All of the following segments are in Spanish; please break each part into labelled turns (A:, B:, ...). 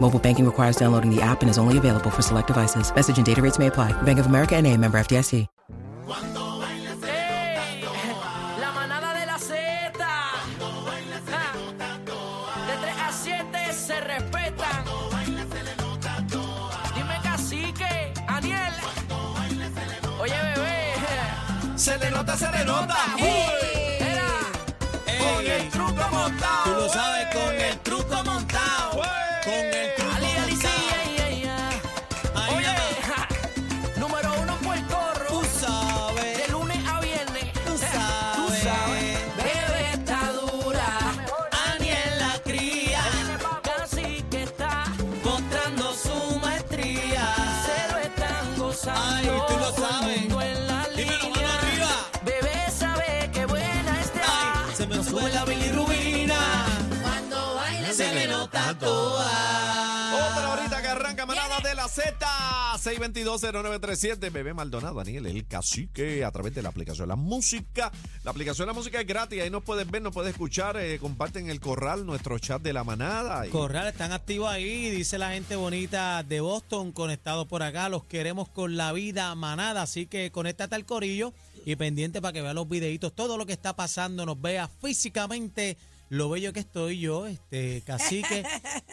A: Mobile banking requires downloading the app and is only available for select devices. Message and data rates may apply. Bank of America and a member FDIC.
B: ¡Ey! La manada de la Z. Ah, De 3 a 7 se respetan. Dime cacique, Aniel. Oye, bebé.
C: Se le nota, se le nota.
B: Era,
C: Con el truco montado. Tú lo sabes, con el truco montado. Con el truco
B: Ali, Ali, sí,
C: montado.
B: ey, ey, ah.
C: Ay,
B: Oye,
C: ay,
B: ja, número uno Puerto
C: Tú
B: Rico.
C: sabes.
B: De lunes a viernes.
C: Tú
B: Ja, tú
C: sabes.
B: sabes. Bebé está dura.
C: Aniel la cría.
B: Cacique está.
C: Mostrando su maestría.
B: Se lo están gozando.
C: Ay, tú lo
B: todo el
C: sabes.
B: mundo en la
C: Dímelo, mano
B: línea.
C: arriba.
B: Bebé sabe que buena está.
C: Ay, se me sube la bilirrubina.
B: Cuando baila
C: Se me nota toda.
D: Otra horita Oh, que arranca manada de la Z. 622-0937. Bebé Maldonado, Daniel, el cacique, a través de la aplicación de La Música. La aplicación de La Música es gratis. Ahí nos puedes ver, nos puedes escuchar. eh, comparten el corral, nuestro chat de la manada. Y
C: Corral, están activos ahí, dice la gente bonita de Boston, conectados por acá, los queremos con la vida manada, así que conéctate al corillo y pendiente para que veas los videitos, todo lo que está pasando, nos veas físicamente lo bello que estoy yo, este cacique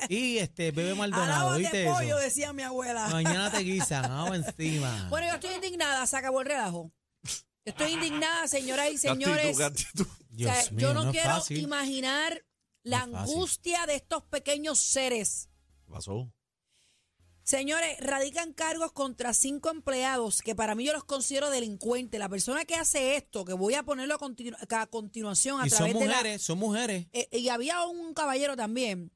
C: y este bebé Maldonado,
E: Alábate
C: ¿viste eso?
E: pollo, decía mi abuela.
C: Mañana te guisan, agua encima.
E: Bueno, yo estoy indignada, se acabó el relajo. Estoy indignada, señoras y
D: qué actitud,
E: señores.
D: qué actitud.
E: O sea,
C: Dios mío,
E: yo no,
C: es
E: quiero
C: fácil.
E: imaginar
C: No
E: la
C: es fácil.
E: angustia de estos pequeños seres.
D: ¿Qué pasó?
E: Señores, radican cargos contra cinco empleados que para mí yo los considero delincuentes. La persona que hace esto, que voy a ponerlo a, continu- a continuación a
C: Y son
E: través de la
C: mujeres, son mujeres.
E: Eh, y había un caballero también.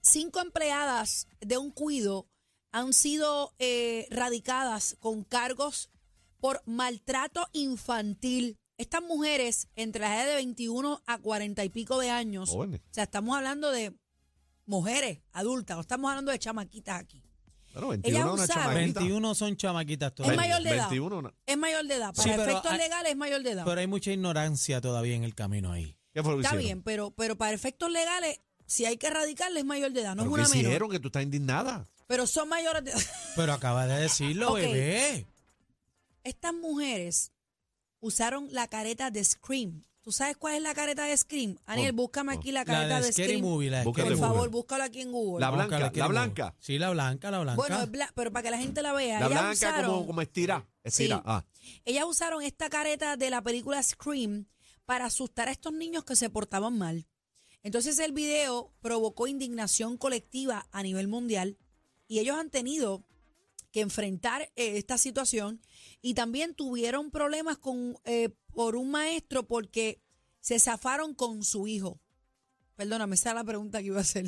E: Cinco empleadas de un cuido han sido eh, radicadas con cargos por maltrato infantil. Estas mujeres entre las edades de 21 a 40 y pico de años, o
D: Jóvenes.
E: sea, estamos hablando de mujeres adultas, no estamos hablando de chamaquitas aquí.
D: Bueno, 21 una
E: usaron-
D: chamaquita.
C: 21 son chamaquitas
E: Es
C: todavía.
E: mayor de edad.
D: 21 una-
E: Es mayor de edad.
C: Sí,
E: Para
C: pero
E: efectos
C: hay-
E: legales es mayor de edad.
C: Pero hay mucha ignorancia todavía en el camino ahí.
D: ¿Qué fue lo que
E: Está
D: hicieron?
E: bien, pero, pero para efectos legales, si hay que radicarles es mayor de edad, no
D: ¿Pero
E: es
D: ¿Qué
E: una menor.
D: hicieron? Que tú estás indignada.
E: Pero son mayores de edad.
C: Pero acaba de decirlo,
E: Ok.
C: bebé.
E: Estas mujeres usaron la careta de Scream. ¿Tú sabes cuál es la careta de Scream? Aniel,
D: Oh,
E: búscame
D: oh.
E: aquí la careta
C: La de
E: de
C: Scary
E: Scream.
C: Movie. La de
D: Búscate
C: Scary
E: Por
D: Google.
E: favor, búscala aquí en Google.
D: La blanca,
C: Búscala,
D: la
C: Scary Movie.
D: blanca.
C: Sí, la blanca, la blanca.
E: bueno, es bla- pero para que la gente la vea.
D: La
E: ellas
D: blanca
E: usaron,
D: como, como estira. Estira.
E: Sí.
D: Ah,
E: ellas usaron esta careta de la película Scream para asustar a estos niños que se portaban mal. Entonces el video provocó indignación colectiva a nivel mundial y ellos han tenido que enfrentar eh, esta situación y también tuvieron problemas con eh, por un maestro porque se zafaron con su hijo. Perdóname, esa es la pregunta que iba a hacer.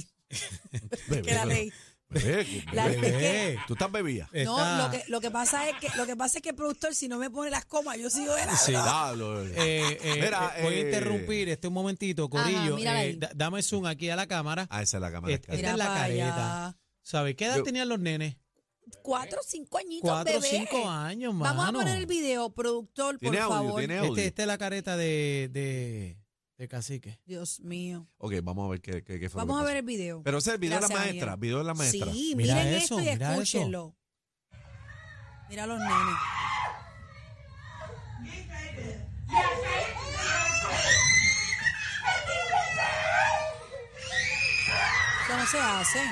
E: que la leí.
D: bebé, que-
E: La-
D: bebé.
C: Bebé.
D: Tú estás bebida.
E: No,
C: Está- eh,
E: lo que, lo que pasa es que lo que pasa es que el productor si no me pone las comas, yo sigo de la-
C: Sí.
D: Diablo, bebé.
C: Eh, eh,
D: Mira,
C: eh, voy a
D: eh,
C: interrumpir este un momentito,
E: Ajá,
C: Corillo.
E: mírala
C: Eh,
E: ahí.
C: da- dame zoom aquí a la cámara.
D: Ah, esa es la cámara.
C: Eh,
D: cara.
C: Esta es la
E: Mira pa'
C: careta.
E: allá.
C: ¿Sabes qué edad
D: Yo-
C: tenían los nenes?
E: Cuatro o cinco añitos,
C: Cuatro o
E: bebé.
C: cinco años, mano.
E: Vamos a poner el video, productor, por
D: Tiene audio,
E: favor.
D: tiene audio.
C: Este- Esta es la careta de, de, de cacique.
E: Dios mío.
D: Ok, vamos a ver qué, qué, qué fue. lo
E: Vamos
D: que
E: a
D: pasó.
E: ver el video.
D: Pero ese es el video de
E: Gracias,
D: la maestra.
E: Daniel.
D: Video de la maestra.
E: Sí,
C: Mira
E: miren
C: eso,
E: esto y
C: mira eso.
E: escúchenlo. Mira los nenes. Eso no se hace.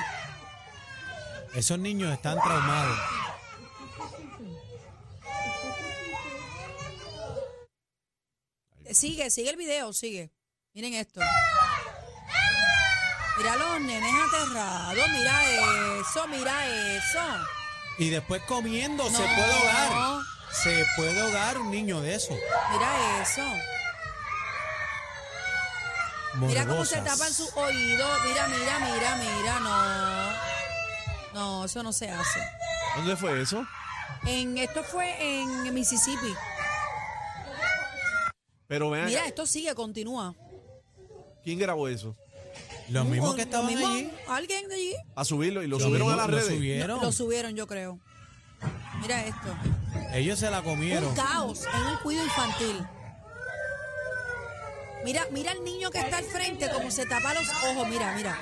C: Esos niños están traumados.
E: Sigue, sigue el video, sigue. Miren esto. Mira los nenes aterrados, mira eso, mira eso.
C: Y después comiendo se
E: No.
C: puede ahogar. Se puede ahogar un niño de eso.
E: Mira eso. Mira cómo se
C: Morbosas.
E: tapan sus oídos. Mira, mira, mira, mira. No. No, eso no se hace.
D: ¿Dónde fue eso?
E: En, esto fue en Mississippi.
D: Pero vean,
E: Mira, esto sigue, continúa.
D: ¿quién grabó eso?
C: Los mismos que
E: Lo
C: estaban
E: mismo,
C: allí.
E: Alguien de allí
D: A subirlo y lo
C: los
D: subieron
C: mismos
D: a las
C: lo
D: redes.
C: subieron.
E: lo subieron, yo creo. Mira esto.
C: Ellos se la comieron.
E: Un caos en un cuido infantil. Mira, mira al niño que está al frente, como se tapa los ojos. Mira, mira.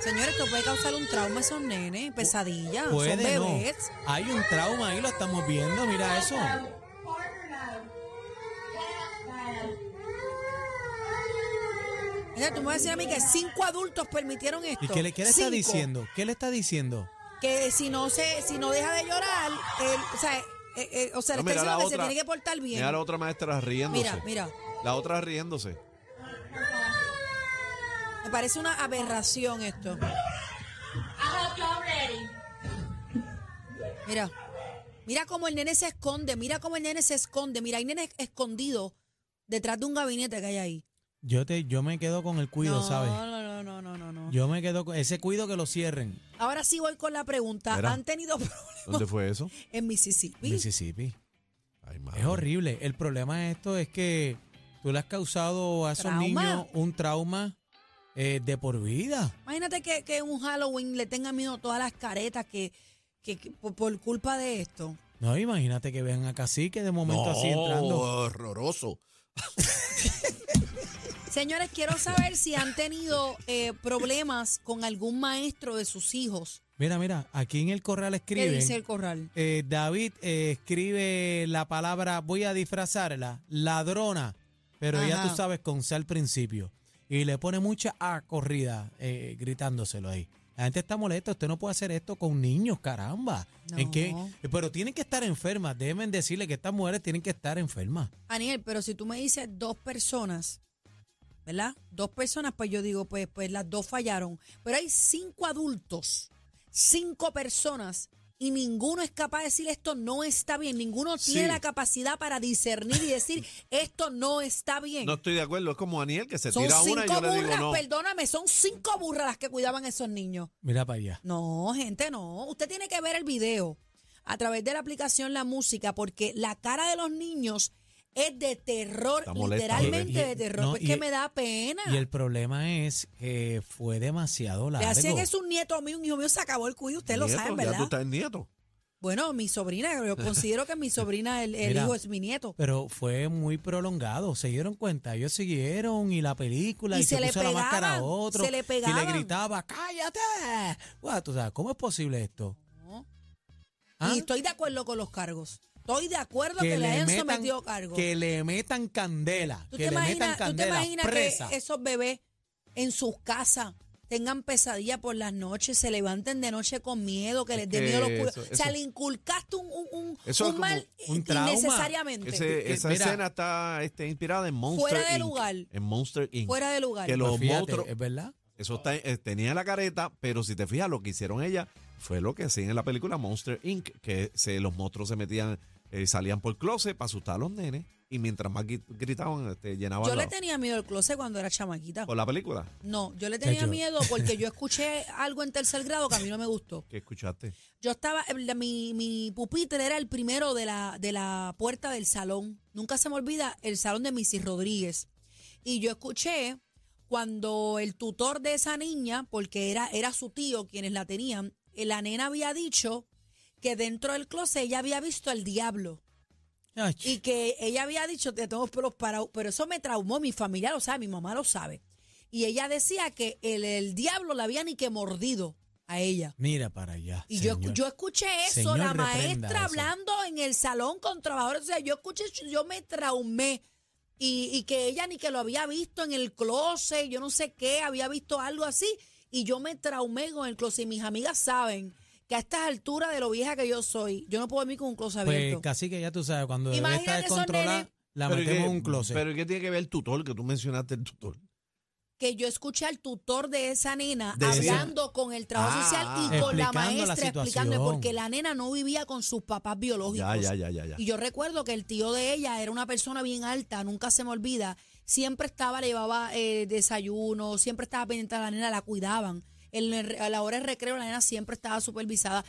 E: Señores, esto puede causar un trauma a esos nenes, pesadillas, son
C: Puede, no.
E: bebés.
C: Hay un trauma ahí, lo estamos viendo, mira eso.
E: Mira, tú me vas a decir a mí que cinco adultos permitieron esto.
C: ¿Y qué le, qué le está
E: Cinco.
C: diciendo? ¿Qué le está diciendo?
E: Que si no se, si no deja de llorar, él, o sea, eh, eh, o sea, le
D: No,
E: está
D: mira la
E: diciendo que se
D: otra.
E: tiene que portar bien.
D: Mira la otra maestra riéndose.
E: Mira, mira.
D: La otra riéndose.
E: Me parece una aberración esto. Mira, mira cómo el nene se esconde, mira cómo el nene se esconde. Mira, hay nenes escondidos detrás de un gabinete que hay ahí.
C: Yo te, yo me quedo con el cuido,
E: no,
C: ¿sabes?
E: No, no, no, no, no, no.
C: Yo me quedo con ese cuido que lo cierren.
E: Ahora sí voy con la pregunta.
D: Mira.
E: ¿Han tenido problemas
D: ¿Dónde fue eso?
E: en Mississippi?
C: Mississippi.
D: Ay, madre.
C: Es horrible. El problema de esto es que tú le has causado a esos
E: Trauma.
C: niños un trauma eh, de por vida.
E: Imagínate que, que un Halloween le tengan miedo todas las caretas que, que, que por, por culpa de esto.
C: No, imagínate que vean a Cacique de momento así entrando.
D: horroroso.
E: Señores, quiero saber si han tenido eh, problemas con algún maestro de sus hijos.
C: Mira, mira, aquí en el corral
E: ¿Qué
C: escriben.
E: dice el corral?
C: eh, David eh, escribe la palabra, voy a disfrazarla, ladrona, pero ya
E: Ajá.
C: tú sabes con C al principio. Y le pone mucha A corrida eh, gritándoselo ahí. La gente está molesta, usted no puede hacer esto con niños, caramba. ¿En
E: No.
C: qué? Pero tienen que estar enfermas, deben decirle que estas mujeres tienen que estar enfermas.
E: Aniel, pero si tú me dices dos personas, ¿verdad? Dos personas, pues yo digo, pues, pues las dos fallaron. Pero hay cinco adultos, cinco personas, y ninguno es capaz de decir esto no está bien. Ninguno tiene la capacidad para discernir y decir esto no está bien.
D: No estoy de acuerdo. Es como Daniel que se
E: son
D: tira
E: cinco
D: una y yo le digo
E: burras,
D: no.
E: perdóname, son cinco burras las que cuidaban a esos niños.
C: Mira para allá.
E: No, gente, no. Usted tiene que ver el video a través de la aplicación La Música porque la cara de los niños es de terror,
D: Está molesta,
E: literalmente
C: bebé.
E: de
C: Y-
E: terror.
C: no,
E: Pues
C: y-
E: que me da pena.
C: Y el problema es que fue demasiado
E: Ah. Le
C: largo.
E: hacían eso a un nieto mío, un hijo mío se acabó el cuido, ustedes lo
D: Nieto,
E: saben,
D: Ya tú
E: ¿verdad?
D: estás en nieto.
E: Bueno, mi sobrina, yo considero que mi sobrina, el, el
C: Mira.
E: hijo es mi nieto.
C: Pero fue muy prolongado, se dieron cuenta, ellos siguieron y la película y,
E: Y se
C: se,
E: le
C: puso la máscara a
E: pegaban,
C: otro
E: se le
C: y
E: pegaban.
C: le gritaba, "Cállate." Bueno, tú sabes, ¿cómo es posible esto?
E: No.
C: ¿Ah?
E: Y estoy de acuerdo con los cargos. Estoy de acuerdo que, le hayan sometido cargos.
C: que le metan candela,
E: ¿Tú
C: que
E: te
C: le metan
E: imaginas, tú te
C: candela
E: imaginas
C: presa.
E: que esos bebés en sus casas tengan pesadilla por las noches, se levanten de noche con miedo, que les dé
D: que
E: miedo los culos?
D: eso-
E: O sea,
D: eso-
E: le inculcaste un, un- un-
D: Eso es
E: un
D: como
E: mal
C: un
E: in-
C: trauma.
E: innecesariamente.
D: Ese-
C: que-
D: esa
C: mira.
D: escena está este, inspirada en Monster
E: Fuera de
D: Inc.
E: lugar.
D: En Monster Inc.
E: Fuera de lugar.
D: Que
C: Pues
D: los
C: fíjate,
D: monstruos.
C: es verdad.
D: Eso está, eh, tenía la careta, pero si te fijas, lo que hicieron ella fue lo que hacían en la película Monster Inc. Que se, los monstruos se metían, eh, salían por closet para asustar a los nenes. Y mientras más gui- gritaban, este, llenaban
E: Yo le
D: la,
E: tenía miedo al closet cuando era chamaquita.
D: por la película.
E: No, yo le tenía
C: Chacho.
E: miedo porque yo escuché algo en tercer grado que a mí no me gustó.
D: ¿Qué escuchaste?
E: Yo estaba, la- mi, mi pupitre era el primero de la, de la puerta del salón. Nunca se me olvida el salón de Missy Rodríguez. Y yo escuché cuando el tutor de esa niña, porque era, era su tío quienes la tenían, eh, la nena había dicho que dentro del closet ella había visto al diablo.
C: Ay,
E: Y que ella había dicho, te tengo los pelos parados. Pero eso me traumó, mi familia lo sabe, mi mamá lo sabe. Y ella decía que el, el diablo la había ni que mordido a ella.
C: mira para allá.
E: Y yo,
C: señor.
E: escu- yo escuché eso,
C: Señor,
E: la
C: reprenda
E: maestra
C: eso.
E: hablando en el salón con trabajadores. O sea, yo escuché, eso, yo me traumé. Y, y que ella ni que lo había visto en el closet, yo no sé qué, había visto algo así. Y yo me traumé con el closet. Y mis amigas saben que a estas alturas de lo vieja que yo soy, yo no puedo dormir con un closet
C: Pues
E: abierto.
C: casi que ya tú sabes, cuando el bebé está
E: Imagínate esos
C: descontrolado,
E: nenes.
C: la
D: Pero ¿y
C: metemos
D: qué-
C: en un closet.
D: Pero ¿y ¿qué tiene que ver el tutor? Que tú mencionaste el tutor.
E: que yo escuché al tutor de esa nena
D: De esa-
E: hablando con el trabajo
D: Ah,
E: social y con
C: explicando
E: la
C: la
E: maestra explicando
C: situación.
E: porque la nena no vivía con sus papás biológicos.
D: Ya, ya, ya, ya, ya.
E: Y yo recuerdo que el tío de ella era una persona bien alta, nunca se me olvida. Siempre estaba, le llevaba eh, desayuno, siempre estaba pendiente de la nena, la cuidaban. En el re- a la hora de recreo la nena siempre estaba supervisada.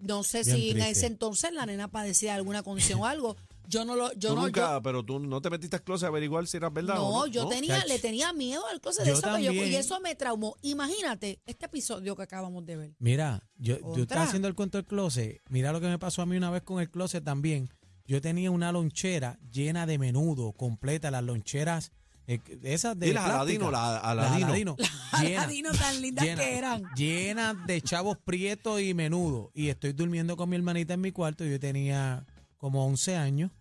E: No sé
C: Bien
E: si en
C: triste.
E: ese entonces la nena padecía de alguna condición o algo. Yo no lo, yo
D: tú
E: no,
D: nunca,
E: yo-
D: pero tú no te metiste al closet a averiguar si era verdad o
E: no,
D: no.
E: yo tenía,
C: Chacho.
E: le tenía miedo al closet
C: Yo
E: de eso que yo-
C: también.
E: y eso me traumó. Imagínate este episodio que acabamos de ver.
C: Mira, yo, tú
E: Otra.
C: estás haciendo el cuento del closet. Mira lo que me pasó a mí una vez con el closet también. Yo tenía una lonchera llena de menudo, completa, las loncheras eh, esas de
D: Y las
C: plástica.
D: Aladino, la-
C: Las
D: Aladino.
C: llenas,
E: Aladino tan lindas
C: llenas,
E: que eran.
C: Llenas de chavos prietos y menudo. Y estoy durmiendo con mi hermanita en mi cuarto. Yo tenía como 11 años.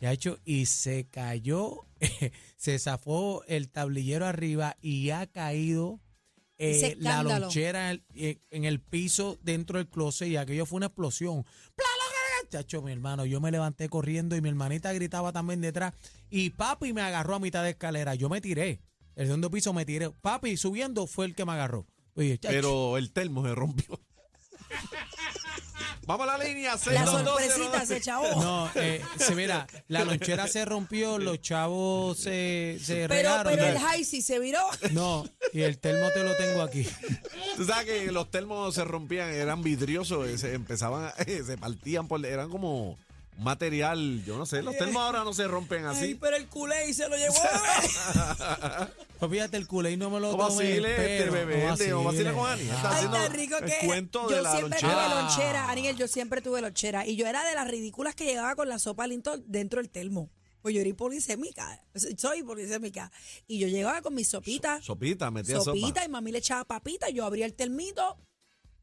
C: Ya hecho, y se cayó, se zafó el tablillero arriba y ha caído eh,
E: Ese
C: la
E: escándalo.
C: lonchera en el, eh, en el piso dentro del closet y aquello fue una explosión. ¡Pla, la, la, la! Chacho, mi hermano, yo me levanté corriendo y mi hermanita gritaba también detrás. Y papi me agarró a mitad de escalera. Yo me tiré. El segundo piso me tiré. Papi subiendo fue el que me agarró. Oye, chacho.
D: Pero el termo se rompió. Vamos a la línea.
E: La
D: 62209.
E: sorpresita se echó.
C: No, eh, se mira, la lonchera se rompió, los chavos se, se
E: pero,
C: regaron.
E: pero el high sí se viró.
C: No, y el termo te lo tengo aquí.
D: Tú sabes que los termos se rompían, eran vidriosos, eh, se empezaban, a- se partían, por, eran como material, yo no sé, los termos ahora no se rompen
E: Ay,
D: así.
E: pero el culé y se lo llevó. bebé.
C: Pues fíjate, el culé y no me lo
D: No
C: tomé.
D: vacile, este
C: pero Ah,
D: bebé,
C: no
D: este, no vacile
C: vacile.
D: con Ani. Está
E: Ay,
D: haciendo
E: tan rico
D: el
E: que era.
D: cuento de
E: yo
D: la
E: siempre
D: lonchera.
E: tuve lonchera, Aniel, yo siempre tuve lonchera. Y yo era de las ridículas que llegaba con la sopa Linton dentro del termo. Pues yo era polisémica, soy polisémica. Y yo llegaba con mi sopita,
D: Sopita, metía
E: sopita,
D: sopa.
E: y mami le echaba papita, yo abría el termito,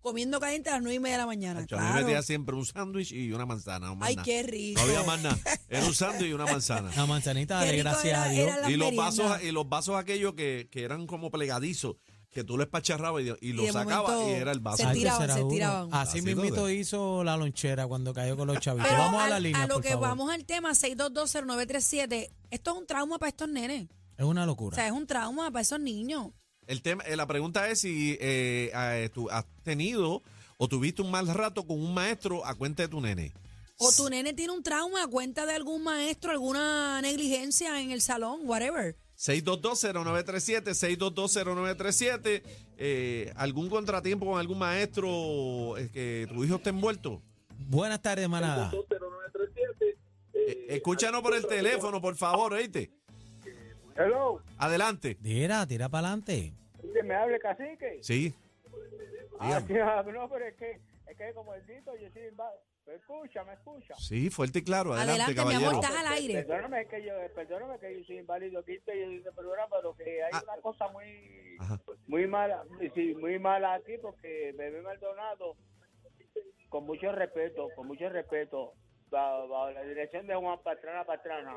E: comiendo caliente a las nueve y media de la mañana.
D: Chacho, A mí
E: claro.
D: metía siempre un sándwich y una manzana. no más
E: Ay,
D: nada.
E: qué rico.
D: No había más nada. Era un sándwich y una manzana.
C: La manzanita
E: Qué
C: de
E: rico
C: gracias
E: era-
C: a Dios.
E: era la
D: y los
E: merienda.
D: vasos y los vasos aquellos que, que eran como plegadizos que tú les pacharrabas y, y
E: Y
D: los
E: de
D: sacabas y
E: momento
D: era el vaso
E: se
C: Ay, que
E: tiraban,
C: será
E: se
C: duro.
E: tiraban.
C: Así,
D: Así
C: mismito
D: todo.
C: hizo la lonchera cuando cayó con los chavitos.
E: Pero
C: vamos a
E: al-
C: la línea,
E: lo
C: por
E: que
C: favor.
E: vamos al tema 6220937, esto es un trauma para estos nenes.
C: Es una
E: O
C: locura.
E: sea, es un trauma para esos niños.
D: El tema, eh, la pregunta es si eh, eh, tú has tenido o tuviste un mal rato con un maestro a cuenta de tu nene.
E: O tu nene tiene un trauma a cuenta de algún maestro, alguna negligencia en el salón, whatever.
D: 6220937, 6220937. Eh, ¿Algún contratiempo con algún maestro eh, que tu hijo esté envuelto?
C: Buenas tardes, manada.
D: Eh, escúchanos por el teléfono, por favor, oíste.
F: Hello,
D: Adelante.
C: Tira, tira para adelante.
F: ¿se me hable cacique?
D: Sí.
F: Ah,
D: dígame.
F: sí, ah, no, pero es que, es que como el dito, yo soy invado. Me escucha, me escucha.
D: Sí, fuerte y claro. Adelante,
E: Adelante, mi amor,
D: caballero.
E: estás al aire.
F: Perdóname es que yo, eh, perdóname que yo soy inválido aquí estoy en este programa, pero que hay
D: Ah.
F: una cosa muy,
D: Ajá.
F: muy mala, sí, muy mala aquí porque Bebé Maldonado, con mucho respeto, con mucho respeto, bajo, bajo la dirección de Juan Patrana Patrana,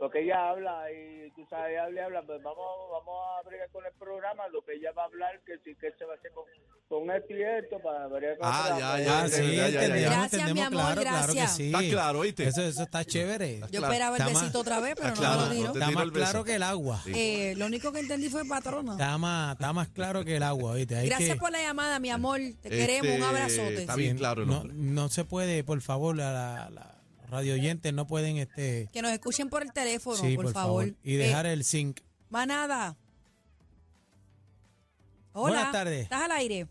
F: porque ella habla y tú sabes, ella habla y habla, pues vamos, vamos a bregar con el programa, lo que ella va a hablar, que sí, que se va a hacer con, con esto y esto para bregar con el
D: Ah,
F: programa. pues, eh,
D: Ya,
C: Ah, sí,
D: ya, ya, ya.
C: entendemos,
E: Gracias, mi
C: entendemos,
E: amor,
C: claro, claro que
E: gracias.
C: sí.
D: Está claro, oíste.
C: Eso, eso está chévere.
E: Yo
D: Claro.
E: esperaba el
C: Está más-
E: besito otra vez, pero no
D: claro,
E: me lo
D: no
E: dieron.
D: te-
C: Está
D: tiro
C: más
D: el beso.
C: claro que el agua.
D: Sí.
E: Eh, lo único que entendí fue patrona.
C: Está más, está más claro que el agua, ¿viste? Hay
E: Gracias
C: que-
E: por la llamada, mi amor. Te
D: Este,
E: queremos, un abrazote.
D: está bien claro el
C: no,
D: hombre.
C: no se puede, por favor, la, la, la- los radio oyentes no pueden este
E: Que nos escuchen por el teléfono,
C: sí,
E: por, favor.
C: Y
E: Eh,
C: dejar el zinc.
E: Manada. Hola.
C: Buenas tardes.
E: ¿Estás al aire?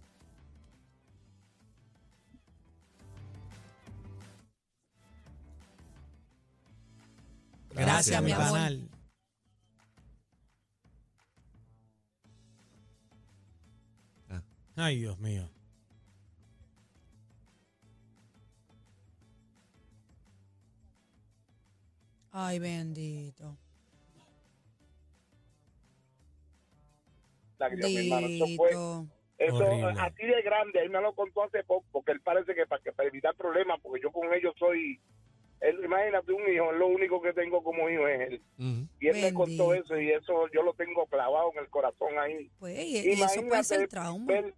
E: Gracias, mi amor.
C: panal.
D: Ah.
C: Ay, Dios mío.
G: Ah,
E: Ay, bendito.
G: la crió mi hermano. Eso fue,
F: pues,
E: Bendito.
G: eso,
C: Horrible.
G: eh, así de grande, él me lo contó hace poco, porque él parece que para, que para evitar problemas, porque yo con ellos soy, él, imagínate un hijo, lo único que tengo como hijo es él.
D: Ujú.
G: Y él me contó
E: Bendito.
G: eso y eso yo lo tengo clavado en el corazón ahí.
E: Pues, y- y eso puede ser trauma.
G: ver-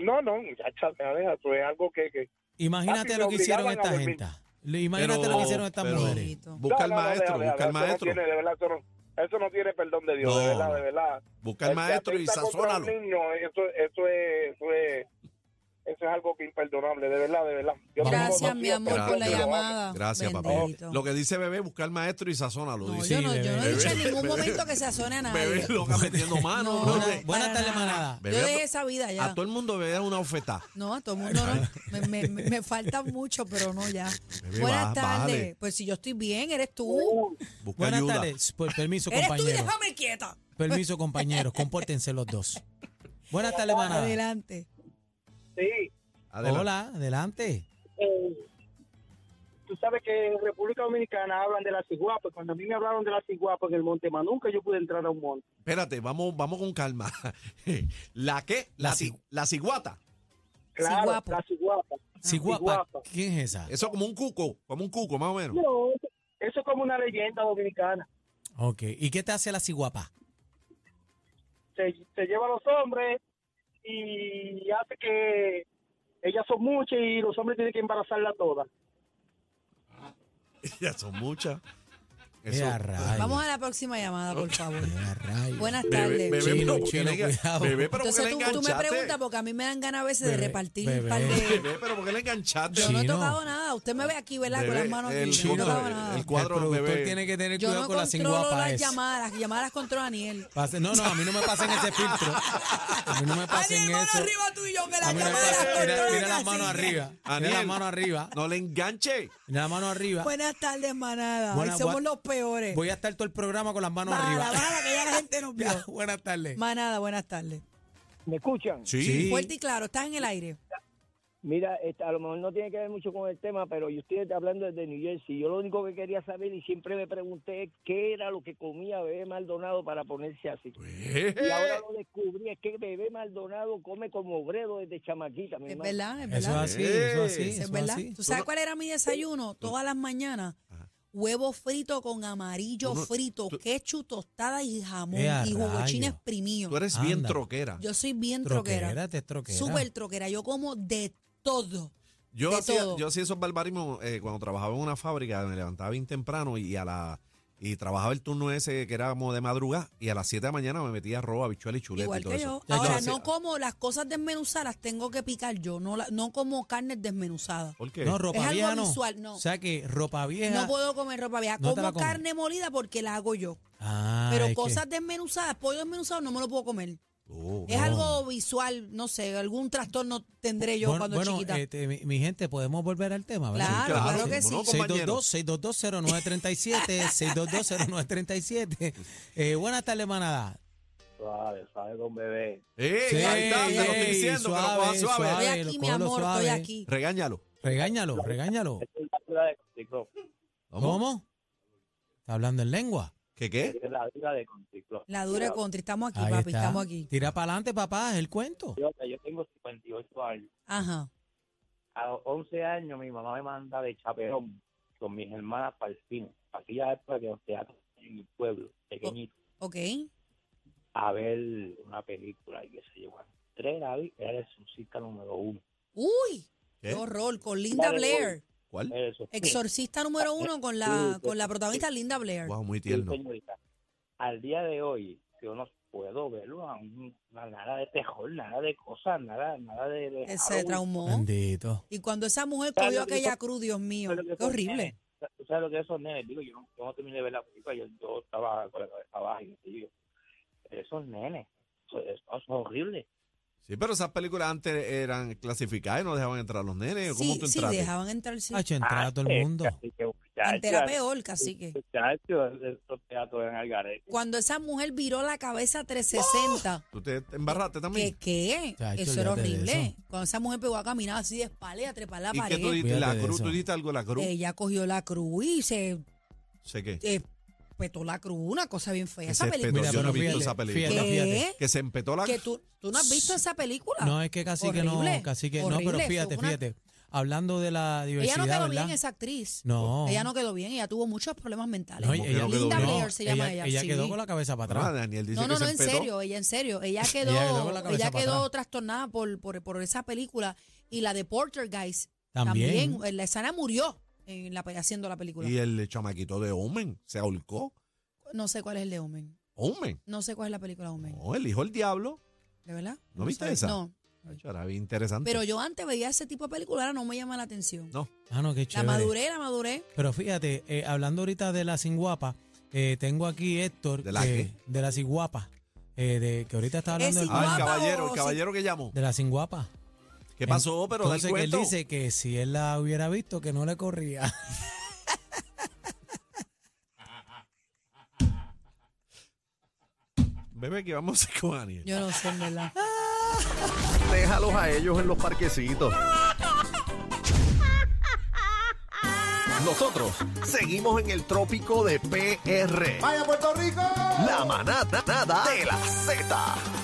G: no, no, muchacha, me deja, eso es algo que, que
C: Imagínate
G: Papi,
C: lo
G: me
C: que hicieron
G: obligaban a
C: esta
G: dormir.
C: gente. Le- Imagínate
D: Pero-
C: lo que hicieron estas
D: pero-
C: mujeres.
D: Busca al
G: No, no, no,
D: maestro,
G: deja, deja,
D: busca al
G: eso no
D: maestro.
G: tiene, de verdad, eso, no, eso no tiene perdón de Dios,
D: No,
G: de verdad,
D: no.
G: de verdad.
D: Busca al
G: El que
D: maestro y
G: atenta contra un
D: sazónalo.
G: niño, Eso, eso, es, eso, es, eso es algo que imperdonable, de verdad, de verdad. Yo tengo
E: Gracias,
G: dos
E: mi
G: tíos,
E: amor,
G: pero
E: por
G: yo
E: la
G: te lo amo.
E: llamada.
D: Gracias, papá.
E: Bendito.
D: Lo que dice bebé, busca al maestro y sazónalo.
E: No,
D: dice.
E: yo, no, yo no he
C: bebé.
E: dicho en ningún momento que se asone a nadie.
D: Bebé loca metiendo mano.
E: No,
D: brother.
E: no,
C: Buenas
E: para
C: tardes,
E: nada.
C: manada.
D: Bebé,
E: Yo dejé esa vida ya.
D: A todo el mundo bebé da una oferta.
E: No, a todo el mundo no. Me, me- me- me falta mucho, pero no ya.
D: Bebé,
E: Buenas
D: baja,
E: tardes.
D: bájale.
E: Pues si yo estoy bien, eres
C: Uh,
E: tú.
D: Busca
C: Buenas
D: ayuda.
C: tardes. Pues, permiso,
E: Eres tú y
C: compañeros.
E: déjame quieta.
C: Permiso, compañeros. Compórtense los dos. Buenas tardes, manada.
E: Adelante.
H: Sí,
D: Adelante.
C: Hola, adelante.
G: Ah,
H: eh, tú sabes que en República Dominicana hablan de la ciguapa. pues cuando a mí me hablaron de la ciguapa en el Monte Manuca, nunca yo pude entrar a un monte.
D: Espérate, vamos, vamos con calma. ¿La qué? La, ci- la ciguata.
H: Claro,
E: Ciguapa.
H: la ciguapa.
C: Ciguapa.
H: Ciguapa.
C: ¿Quién es esa?
D: Eso como un cuco, como un cuco, más o menos.
H: No, eso- eso es como una leyenda dominicana.
C: Ok. ¿Y qué te hace la ciguapa?
H: Se, se lleva a los hombres y hace que ellas son muchas y los hombres tienen que embarazarla todas.
D: Ya son muchas.
C: Eh, a rayos.
E: Vamos a la próxima llamada, por favor.
C: Eh, a rayos.
E: Buenas
D: Bebé,
E: tardes.
D: bebé,
C: Chino,
D: pero porque
C: chino,
D: le engan-
C: cuidado.
D: bebé, pero porque
E: Entonces
D: le
E: tú, tú me
D: enganchaste.
E: preguntas, porque a mí me dan ganas a veces
C: Bebé,
E: de repartir un par
C: bebé.
E: de...
D: Bebé, pero porque le enganchaste.
E: Yo no he
C: Chino.
E: tocado nada. Usted me ve aquí, ¿verdad? Con
D: Bebé,
E: las manos
D: el
E: aquí. Yo
C: chino,
E: no he tocado
D: el-
E: nada.
D: el cuadro,
C: el productor
D: bebé.
C: tiene que tener
E: Yo
C: cuidado
E: no
C: con la
E: controlo
C: ciguapa
E: las
C: esa.
E: llamadas. Las llamadas las controla Aniel.
C: Pase- No, no, a mí no me pasen ese filtro. A mí no me pasen
E: Aniel, mano
C: eso.
E: arriba tú y yo, que
C: A
E: las
C: mí no me
E: llamadas las
C: pasen- Mira,
E: controla
C: mira las manos
E: Cacique.
C: arriba. Mira
D: Aniel.
C: las manos arriba.
D: No le enganche.
C: Mira las manos arriba.
E: Buenas tardes, manada. Pues, Hoy
C: Buenas-
E: somos
C: bua-
E: los peores.
C: Voy a estar todo el programa con las manos
E: Bájala,
C: arriba.
E: bájala, que ya la gente nos vio.
C: Ya, Buenas tardes.
E: Manada, buenas tardes.
H: ¿Me escuchan?
C: Sí.
E: Fuerte y claro, estás en el aire.
H: Mira, este, a lo mejor no tiene que ver mucho con el tema, pero yo estoy hablando desde New Jersey. Yo lo único que quería saber y siempre me pregunté es qué era lo que comía Bebé Maldonado para ponerse así. Y ahora lo descubrí, es que Bebé Maldonado come como obrero desde chamaquita, mi
E: Es
H: hermano.
E: verdad, es
C: Eso es
E: verdad.
C: así, eso es así.
E: Es
C: eso es
E: verdad.
C: así.
E: ¿Tú sabes cuál era mi desayuno? Todas las mañanas. Huevo frito con amarillo
D: Tú no-
E: frito, ketchup tostada y jamón
C: ¡Eh, a
E: y jugochín
C: rayos!
E: exprimido.
D: Tú eres bien
C: Anda.
D: troquera.
E: Yo soy bien
C: Troquera,
E: troquera.
C: te es troquera.
E: Súper troquera. Yo como de todo.
D: Yo
E: de
D: hacía,
E: todo.
D: yo hacía esos barbarismos eh, cuando trabajaba en una fábrica, me levantaba bien temprano y a la y trabajaba el turno ese que era como de madrugada y a las 7 de la mañana me metía arroz, bichuela y chuleta y
E: Igual
D: todo
E: que
D: eso.
E: yo.
C: Ya yo
E: Ahora,
D: hacía-
E: no como las cosas desmenuzadas, las tengo que picar yo. No, la- no como carnes desmenuzadas.
D: ¿Por qué?
C: No, ropa
E: Es algo
C: vieja no.
E: visual, no.
C: O sea que ropa vieja.
E: No puedo comer ropa vieja.
C: No te la
E: como
C: comes.
E: carne molida porque la hago yo.
C: Ah,
E: Pero
C: es que-
E: cosas desmenuzadas, pollo desmenuzado no me lo puedo comer.
D: Oh,
E: Es algo visual, no sé, algún trastorno tendré yo
C: Bueno,
E: cuando
C: bueno,
E: chiquita.
C: este, mi, mi gente, podemos volver al tema, ¿verdad?
E: Claro,
D: claro,
E: claro que sí.
D: no, compañero.
C: 622-622-0937, 622-0937. Eh, buenas tardes, manada.
G: Suave, suave con Bebé.
D: ¡Ey!
C: Sí,
D: ahí está, te lo estoy
C: ey,
D: diciendo, que lo
C: suave,
D: cojas suave.
C: suave.
E: Estoy
C: lo
E: aquí, mi
C: cógelo
E: amor,
C: suave.
E: estoy aquí.
D: Regáñalo.
C: Regáñalo, regáñalo.
D: Vamos.
C: ¿Cómo? ¿Está hablando en lengua?
D: ¿Qué qué?
H: la vida de Conticlo.
E: La dura contra, estamos aquí,
C: Ahí
E: papi,
C: está.
E: estamos aquí.
C: Tira para adelante, papá, es el cuento.
H: Yo, yo tengo 58 años.
E: Ajá.
H: A los 11 años mi mamá me manda de chaperón con mis hermanas para el cine. Aquella época que nos quedamos en el pueblo, pequeñito,
E: Ok.
H: a ver una película y qué sé yo. Cuando entré, la vi, era el exorcista número uno.
E: Uy,
D: ¿Qué?
E: qué horror, con Linda
H: Dale,
E: Blair.
D: ¿Cuál?
H: Era el exorcista.
E: Exorcista número uno con la,
H: Sí,
E: con la protagonista Linda Blair.
D: Wow, muy
H: Sí,
D: tierno.
H: señorita. Al día de hoy, yo no puedo verlo a un- a nada de terror, nada de cosas, nada, nada de... de
E: Eh, Se
H: Halloween.
E: traumó.
C: Bendito.
E: Y cuando esa mujer
H: Dale,
E: cogió
H: lo que
E: aquella
H: hizo-
E: cruz, Dios mío,
H: ¿Sabes lo
E: qué
H: que son
E: horrible.
H: nenes? ¿Tú sabes lo que es esos nenes? Digo, yo no, yo no terminé de ver la película, yo, yo estaba con la cabeza baja y yo digo, esos nenes, eso, eso es horrible.
D: Sí, pero esas películas antes eran clasificadas y no dejaban entrar los nenes. ¿Cómo
E: Sí,
D: tú
E: sí,
D: entraste?
E: dejaban entrar,
H: Ah,
E: sí. Ah, eh,
C: Hacho, entrar a todo el mundo.
H: Así que, muchachos,
E: Antes era peor, cacique.
H: muchachos, esos teatros en Algarete.
E: Cuando esa mujer viró la cabeza 360,
D: ¿Tú te te embarraste
E: ¿qué
D: también?
E: qué?
C: Chacho,
E: eso era
C: olvídate de
E: horrible.
C: eso.
E: Cuando esa mujer pegó a caminar así de espalda, a trepar la
D: ¿Y qué tú
E: pared. Eh,
D: dijiste? La
C: Fíjate de
D: cruz,
C: eso.
D: tú dijiste algo de la cruz.
E: Ella cogió la cruz y se
D: ¿Sé qué?
E: eh, petó la cruz, una cosa bien fea.
D: Que
E: Esa
D: se
E: película.
D: petó, yo no he
C: fíjate,
D: visto esa película.
C: Fíjate,
E: ¿Qué?
C: fíjate.
D: Que se empetó la
E: ¿Que tú, tú no has visto esa película?
C: No, es que casi que no,
E: Horrible,
C: casi que no, pero
E: horrible,
C: fíjate,
E: fue una-
C: fíjate. Hablando de la
E: Ella
C: diversidad,
E: no quedó
C: ¿verdad?
E: bien, esa actriz.
C: No.
E: Ella no quedó bien, ella tuvo muchos problemas mentales.
C: No,
D: ¿Cómo que no quedó
E: Linda
D: bien?
E: Blair se llama ella.
C: ella. Ella
E: sí.
C: quedó con la cabeza para
D: Ah,
C: atrás.
D: Daniel dice
E: No, no,
D: que
E: no,
D: se
E: en
D: empetó.
E: serio, ella en serio. Ella quedó,
C: Ella quedó con la
E: ella
C: cabeza para
E: quedó
C: atrás.
E: trastornada por, por, por esa película. Y la de Porter, guys,
C: También.
E: también. eh, La escena murió. en la, pe- haciendo la película.
D: Y el chamaquito de Omen se ahorcó.
E: No sé cuál es el de Omen.
D: Omen.
E: No sé cuál es la película de Omen.
D: No, el hijo del diablo.
E: ¿De verdad?
D: ¿No viste
E: sabes.
D: esa?
E: No.
D: Ay, Era bien interesante.
E: Pero yo antes veía ese tipo de película, ahora no me llama la atención.
D: No.
C: Ah, no, qué
E: La
C: chévere.
E: maduré, la maduré.
C: Pero fíjate, eh, hablando ahorita de la cinguapa, eh, tengo aquí Héctor.
D: ¿De la
C: que-
D: qué?
C: de la cinguapa. eh, de, que ahorita está hablando del-
E: Es
D: Ah, el
E: guapa
D: caballero,
E: o
D: el
E: sí.
D: caballero que llamó.
C: de la cinguapa.
D: ¿Qué pasó? Pero da el
C: Entonces, que él
D: cuento.
C: dice que si él la hubiera visto, que no le corría.
D: Bebé, que vamos a hacer con Aniel.
E: Yo no sé, en verdad.
I: Déjalos a ellos en los parquecitos. Nosotros seguimos en el trópico de PR. ¡Vaya Puerto Rico! La manada nada de la Z.